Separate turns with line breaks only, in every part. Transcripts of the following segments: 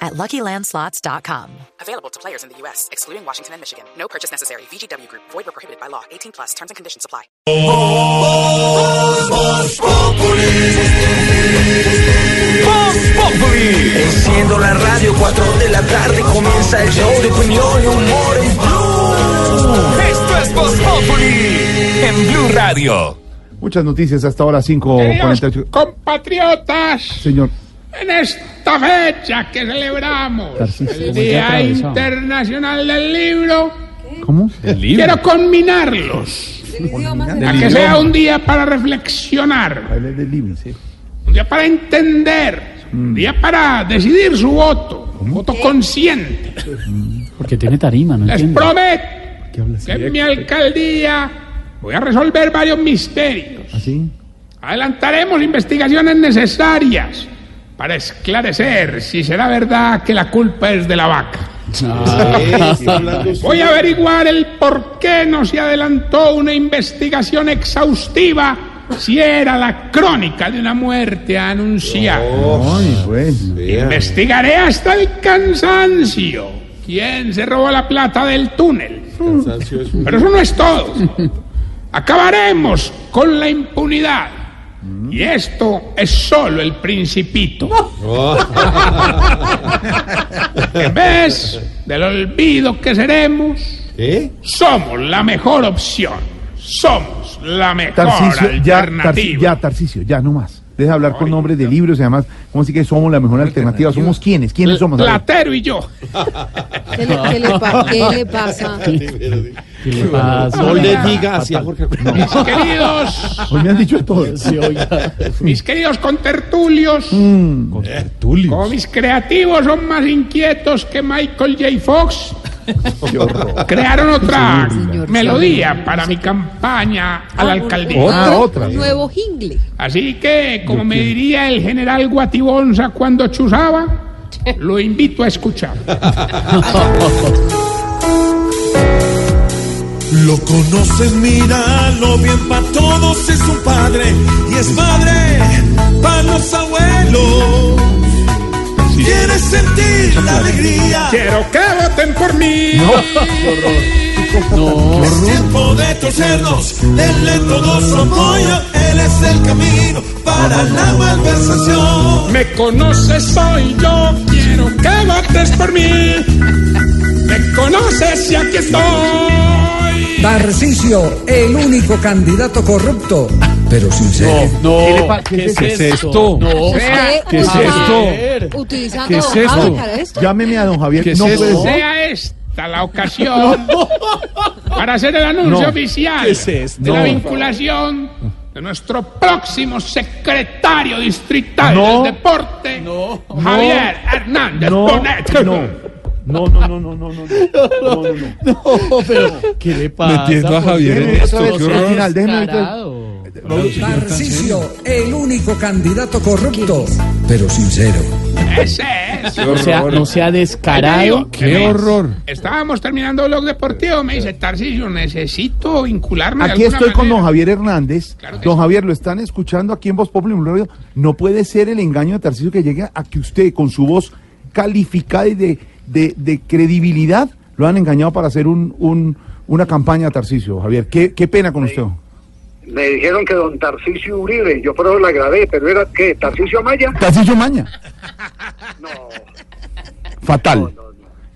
at luckylandslots.com.
Available to players in the U.S., excluding Washington and Michigan. No purchase necessary. VGW Group, void or prohibited by law. 18 plus terms and conditions apply.
Enciendo la radio, 4 de la tarde comienza el show de opinión y humor en Blue. Esto es Voz Populi en Blue Radio.
Muchas noticias hasta ahora, 5.48.
Queridos compatriotas,
Señor,
en esta fecha que celebramos
Tarcisio,
el Día Internacional del Libro,
¿cómo?
quiero conminarlos a que sea un día para reflexionar,
Habla del libro.
un día para entender,
Mm.
un día para decidir su voto, un voto consciente.
Porque tiene tarima, no
Les
entiendo.
prometo
hablas?
que en mi alcaldía voy a resolver varios misterios.
¿Así?
Adelantaremos investigaciones necesarias para esclarecer si será verdad que la culpa es de la vaca. Voy a averiguar el por qué no se adelantó una investigación exhaustiva si era la crónica de una muerte anunciada.
Ay, bueno.
Investigaré hasta el cansancio. ¿Quién se robó la plata del túnel? Pero eso no es todo. Acabaremos con la impunidad. Y esto es solo el principito. en vez del olvido que seremos, somos la mejor opción. Somos la mejor
Tarcicio, ya, Tarci-
alternativa.
ya, Tarcicio, ya, no más. Deja de hablar con nombres de libros y además, ¿cómo así que somos la mejor alternativa? ¿Somos quiénes? ¿Quiénes somos? A ver.
Platero y yo.
¿Qué le, qué le pa- qué le pasa?
¿Qué le pasa?
No le diga así a Jorge Alfredo.
Mis queridos.
Hoy me han dicho de todo.
Sí, oiga.
Mis queridos contertulios,
Mm.
como mis creativos son más inquietos que Michael J. Fox, crearon otra
señor,
melodía para mi campaña a la alcaldía.
Ah, otra.
Nuevo jingle.
Así que, como me diría el general Guatibonza cuando chuzaba, lo invito a escuchar.
Lo conoces, míralo bien, para todos es un padre y es madre para los abuelos. Quieres sentir la alegría,
Quiero que voten por mí.
es tiempo de torcernos, denle todo su apoyo, él es el camino para la malversación.
Me conoces, soy yo. Quiero que votes por mí. Me conoces y aquí estoy.
Tarcisio, el único candidato corrupto, pero sincero.
¿Qué,
le pa-
es, esto? No.
¿Qué,
¿Qué es
utiliza-
esto?
Utilizando
¿Qué es
hoja
esto?
para esto.
Llámeme a don Javier.
¿Qué es
no
eso?
puede ser.
sea esta la ocasión para hacer el anuncio
No.
oficial de la vinculación de nuestro próximo secretario distrital
No.
del deporte, Javier Hernández
No,
Bonet.
no. No, no, no, no, no, no. No, no, no.
¿Qué le pasa?
entiendo a
¿Por qué
Javier en
eres
Otra vez,
tan
al final, déjeme otra vez.
descarado?
Tarcisio, el único candidato corrupto, pero sincero.
Ese es.
No sea, no sea descarado.
qué horror. Estábamos terminando blog deportivo, me dice Tarcisio, necesito vincularme. de
Aquí
alguna
estoy con
manera".
don Javier Hernández.
Claro que
don
sí.
Javier, lo están escuchando aquí en Voz Popular. Radio. No puede ser el engaño de Tarcisio que llegue a que usted, con su voz calificada y de, de- de credibilidad, lo han engañado para hacer un, un- una campaña a Tarcisio. Javier, qué, qué pena con usted.
Me dijeron que don Tarcisio Uribe, yo por eso la grabé, pero era que Tarcisio Amaya.
Tarcisio Maña.
No,
Fatal.
no, no.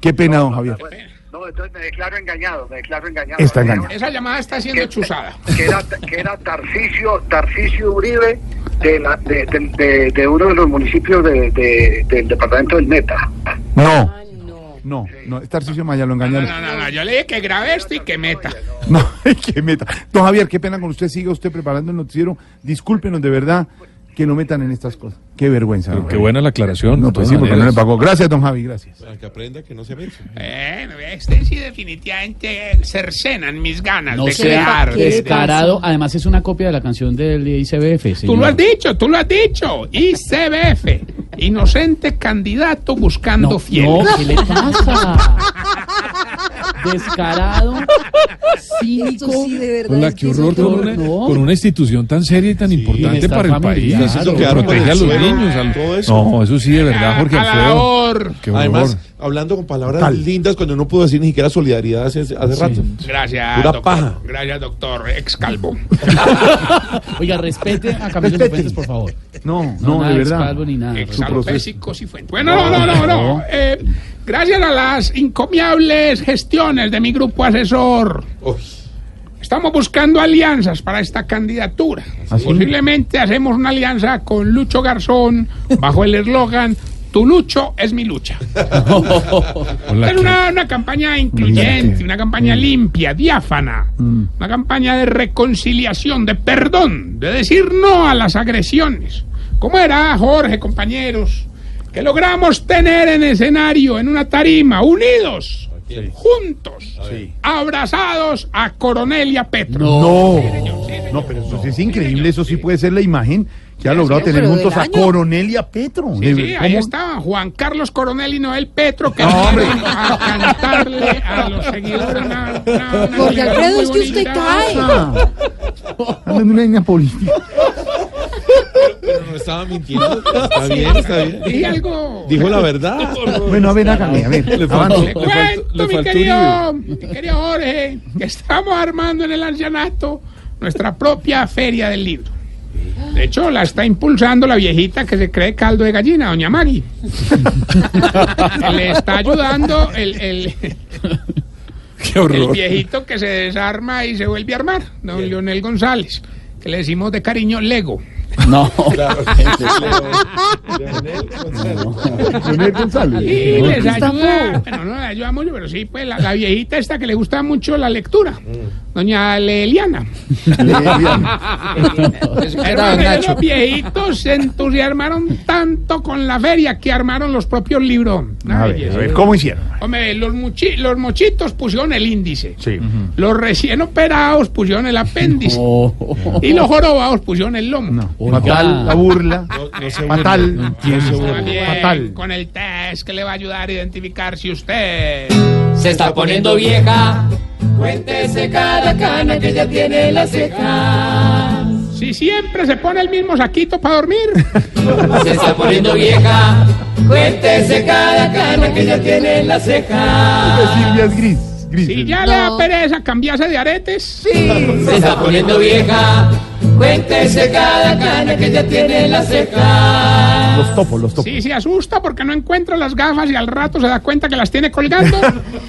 Qué pena, don Javier.
Bueno, no, entonces me declaro engañado, me declaro engañado.
Está
Me
engañado.
Esa llamada está siendo
dijeron
chuzada.
Que era, que era Tarcisio, Tarcisio Uribe de, la- de, de- de- de uno de los municipios de- de- del departamento del Meta.
No. No, no, es Tarcisio Maya, lo
No,
engañaron.
no, no, no, yo le dije que grabe esto y que meta.
No, qué meta. Don Javier, qué pena con usted. Siga usted preparando el noticiero. Discúlpenos, de verdad. que no metan en estas cosas. Qué vergüenza. don
Qué
Javi.
buena la aclaración.
No,
de todas
pues sí, porque no le
maneras.
pagó. Gracias, don Javi, gracias.
Para que aprenda que no se mete.
Bueno, este sí definitivamente eh, cercenan mis ganas
No
de
sea
crear. este. de-
descarado. Además, es una copia de la canción del ICBF.
Tú
señor.
lo has dicho, tú lo has dicho. ICBF, inocente candidato buscando
No,
fiel.
no, ¿qué le pasa? Descarado.
Esto sí, de verdad.
Hola,
es
qué
que
horror
eso-
con una,
no.
con una institución tan seria y tan importante
bienestar
para el país.
familiar,
Eso
claro.
que protege a los
Claro.
niños. al- No, eso sí, de verdad, Jorge Alfredo. Qué horror.
Además, hablando con palabras lindas cuando no pudo decir ni siquiera solidaridad hace, hace rato.
Gracias,
Pura
doctor.
paja.
Gracias, doctor. Ex calvo.
Oiga, respete a Camilo Cifuentes, por favor.
No,
No,
no,
nada
de
de
verdad.
escalvo ni nada.
Ex alopésico Cifuentes. Bueno, no, no, no, no. Eh, gracias a las encomiables gestiones de mi grupo asesor. Estamos buscando alianzas para esta candidatura.
¿Ah, sí?
Posiblemente hacemos una alianza con Lucho Garzón bajo el eslogan Tu lucho es mi lucha.
Hola,
es
qué-
una, una campaña incluyente, una campaña
Mm.
limpia, diáfana, una campaña de reconciliación, de perdón, de decir no a las agresiones. ¿Cómo era, Jorge, compañeros? Que logramos tener en escenario, en una tarima, unidos, juntos, abrazados a Coronelia Petro.
No, no, pero eso sí es increíble, eso sí puede ser la imagen que ha logrado
sí,
tener
pero
juntos
del
a
año.
Coronelia Petro.
Sí,
De-
sí, ahí
¿cómo?
estaban Juan Carlos Coronel y Noel Petro que
No, hombre.
vinieron a cantarle a los seguidores una, una- una
Jorge
canción
Alfredo,
muy
es que usted
bonita.
cae.
Ah, Hablando de una línea política.
Pero no estaba mintiendo. Está bien, está bien.
Y algo.
Dijo la verdad.
Bueno, a ver, hágale, a ver.
Le faltó-
avance.
Le
le faltó-
cuento,
le
mi,
faltó
querido, mi querido Jorge, que estamos armando en el ancianato nuestra propia feria del libro. De hecho, la está impulsando la viejita que se cree caldo de gallina, doña Mari. Le está ayudando el, el,
Qué
el
horror.
viejito que se desarma y se vuelve a armar, don Leonel González, que le decimos de cariño Lego.
No.
Leonel González.
Y les ayuda, bueno, no la ayuda mucho, pero sí, pues la, la viejita esta que le gusta mucho la lectura,
Mm.
doña Leliana. Hermano, los viejitos se entusiasmaron tanto con la feria que armaron los propios libros. Una
A ver,
belleza.
a ver, ¿cómo hicieron?
Hombre, los, muchi- los mochitos pusieron el índice.
Sí.
Los recién operados pusieron el apéndice. Y los jorobados pusieron el lomo.
Oiga.
Fatal la burla. Fatal.
Está bien,
Fatal.
Con el test que le va a ayudar a identificar si usted.
Se está poniendo vieja. Cuéntese cada cana que ya tiene en la ceja.
Si siempre se pone el mismo saquito para dormir.
Se está poniendo vieja. Cuéntese cada cana que ya tiene en la ceja.
Silvia es gris. Gris.
Si ya le da
No.
pereza cambiarse de aretes.
Se está poniendo vieja. Cuéntese cada cana que ya tiene en la ceja.
Los topos, los topos.
Sí, se asusta porque no encuentra las gafas y al rato se da cuenta que las tiene colgando.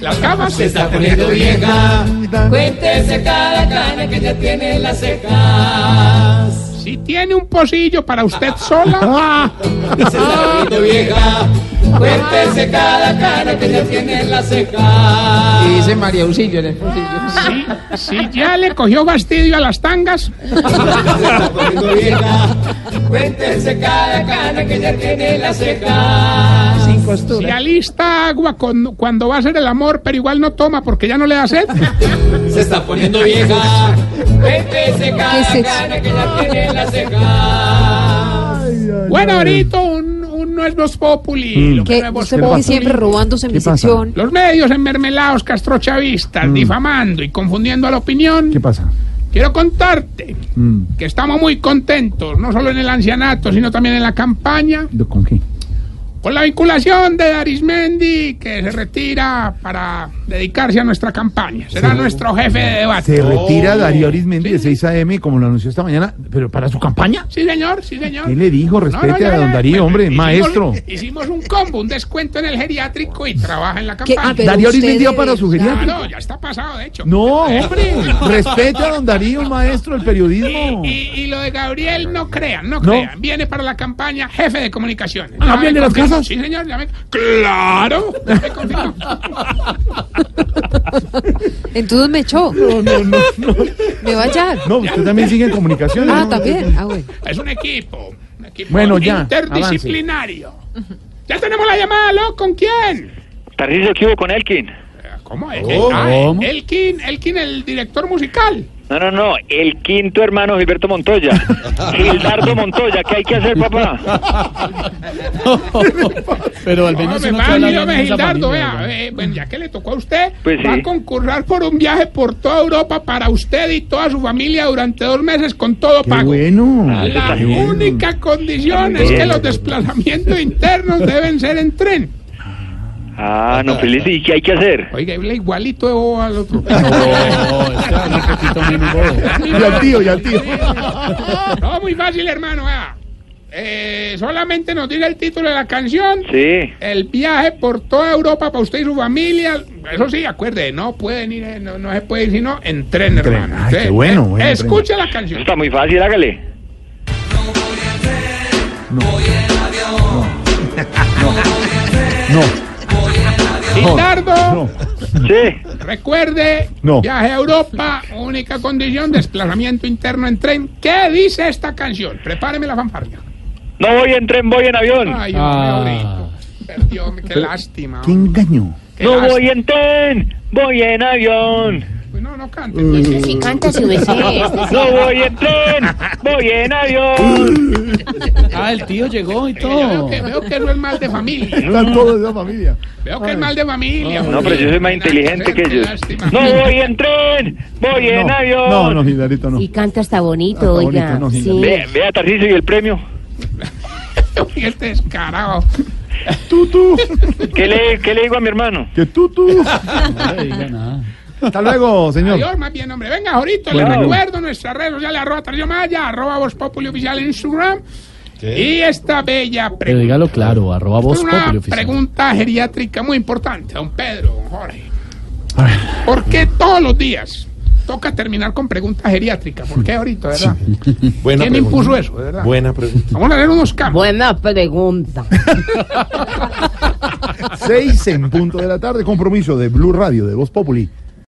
las gafas.
Se está poniendo vieja. Cuéntese cada cana que ya tiene en la ceja.
Si tiene un pocillo para usted sola.
Se está poniendo vieja. Cuéntese cada cana que ya tiene en la ceja. Y dice María Auxilio en el
si, si ya le cogió fastidio a las tangas.
poniendo vieja. Cuéntese cada cana que ya tiene en la ceja. Sin
Si
costura.
alista agua con- cuando va a hacer el amor, pero igual no toma porque ya no le da sed.
Se está poniendo vieja. Cuéntese
¿Qué es
cada
eso?
cana que ya tiene en la ceja.
Bueno, ahorita un, un no es Voz Populi.
Mm.
lo que
Que
no es Voz
usted porque
Populi.
siempre robándose en mi
pasa?
sección.
Los medios enmermelados castrochavistas, difamando y confundiendo a la opinión.
Mm. ¿Qué pasa?
Quiero contarte
Mm,
que estamos muy contentos, no solo en el ancianato, sino también en la campaña,
¿de- ¿Con qué?
con la vinculación de Darismendi, que se retira para dedicarse a nuestra campaña. Será nuestro jefe de
Se
debate. Oh.
retira Darío Arismendi de 6 a.m. como lo anunció esta mañana, pero para su campaña.
Sí, señor, sí, señor.
¿Qué le dijo?
No, no,
Respete
ya,
a
ya,
don Darío,
pues,
hombre,
hicimos-
maestro.
Hicimos un combo, un descuento en el geriátrico y trabaja en la
Que- ah,
campaña.
pero
Darío
usted
Arismendi va
de
para su
verdad.
geriátrico.
Claro, Ah, ya está pasado, de hecho.
No, hombre, respete a don Darío, maestro del periodismo.
Y, y lo de Gabriel, no crean, no,
No.
crean. Viene para la campaña jefe de comunicaciones.
Ah,
Ya
¿viene
me
de las
confirmó.
casas?
Sí, señor, ya me- ¡Claro! ya me confirmó.
Entonces me echó.
No, no, no, no.
Me va a echar.
No, usted también sigue en comunicaciones.
Ah,
¿no?
también. Ah, bueno.
es un equipo. un equipo
Bueno, ya,
interdisciplinario. Ya tenemos la llamada, ¿lo? ¿Con quién?
Tarcisio, ¿qué hubo con Elkin?
¿Cómo?
¿Cómo?
Elkin, Elkin, el director musical.
No, no, no, el quinto hermano Gilberto Montoya. Gildardo Montoya, ¿qué hay que hacer, papá?
Pero al
No,
menos
Oh, me
uno
va,
que habla
mi hombre,
bien de esa
Gildardo,
familia,
vea,
¿verdad?
eh, bueno, ya que le tocó a usted,
Pues
va
sí.
a concurrir por un viaje por toda Europa para usted y toda su familia durante dos meses con todo
Qué
pago.
bueno.
La
Qué bueno.
única condición
Está muy
es que
bien.
los desplazamientos internos deben ser en tren.
Ah, no, feliz, ¿y qué hay que hacer?
Oiga, habla igualito de bobo al otro.
Y al tío, y al tío.
No, muy fácil, hermano. vea. Eh, solamente nos diga el título de la canción.
Sí.
El viaje por toda Europa para usted y su familia. Eso sí, acuerde, no pueden ir, eh, no, no se puede ir sino en tren, hermano.
Ay, qué
Sí.
bueno, bueno,
Eh,
en tren.
Escuche la canción.
Está muy fácil, hágale.
No,
Gildardo,
Sí,
recuerde,
No.
viaje a Europa, única condición, desplazamiento interno en tren. ¿Qué dice esta canción? Prepáreme la fanfarria.
no voy en tren, voy en avión.
Ay,
Ah.
hombre, ahorita. Perdió, qué lástima.
qué engaño.
qué
No
lástima.
voy en tren, voy en avión.
Uy, No, no cante. pues.
Si canta, si hubiese este.
No voy en tren, voy en avión.
Ah, el tío llegó y
Eh, yo Veo
todo.
que, veo que no es mal de familia.
Están todos de la familia.
Veo que es mal de familia.
No, pero yo soy más inteligente que ellos. No voy en tren, voy en avión.
No, no, Gilarito, no.
Y canta hasta bonito,
Hasta Ah, bonito,
oiga.
no,
sí.
Gilda.
Ve, vea, Tarcisio, y el premio.
Uy, este descarado.
Tú, tú.
¿Qué le, qué le digo a mi hermano?
Que tú, tú.
No le diga nada.
Hasta luego, señor.
Adiós, más bien, hombre. Venga, ahorita le
Bueno.
recuerdo nuestras redes sociales, arroba Tarcisio Maya, arroba Voz Populi Oficial en Instagram. Y esta bella
Pero
pregunta.
dígalo claro, arroba voz
Una
Populi Oficial.
pregunta geriátrica muy importante, don Pedro, don Jorge. ¿Por qué todos los días toca terminar con preguntas geriátricas? ¿Por qué ahorita, verdad?
Buena
¿Quién
pregunta.
impuso eso, de verdad?
Buena pregunta.
Vamos a leer unos cambios.
Buena pregunta.
Seis en punto de la tarde. Compromiso de Blue Radio, de Voz Populi.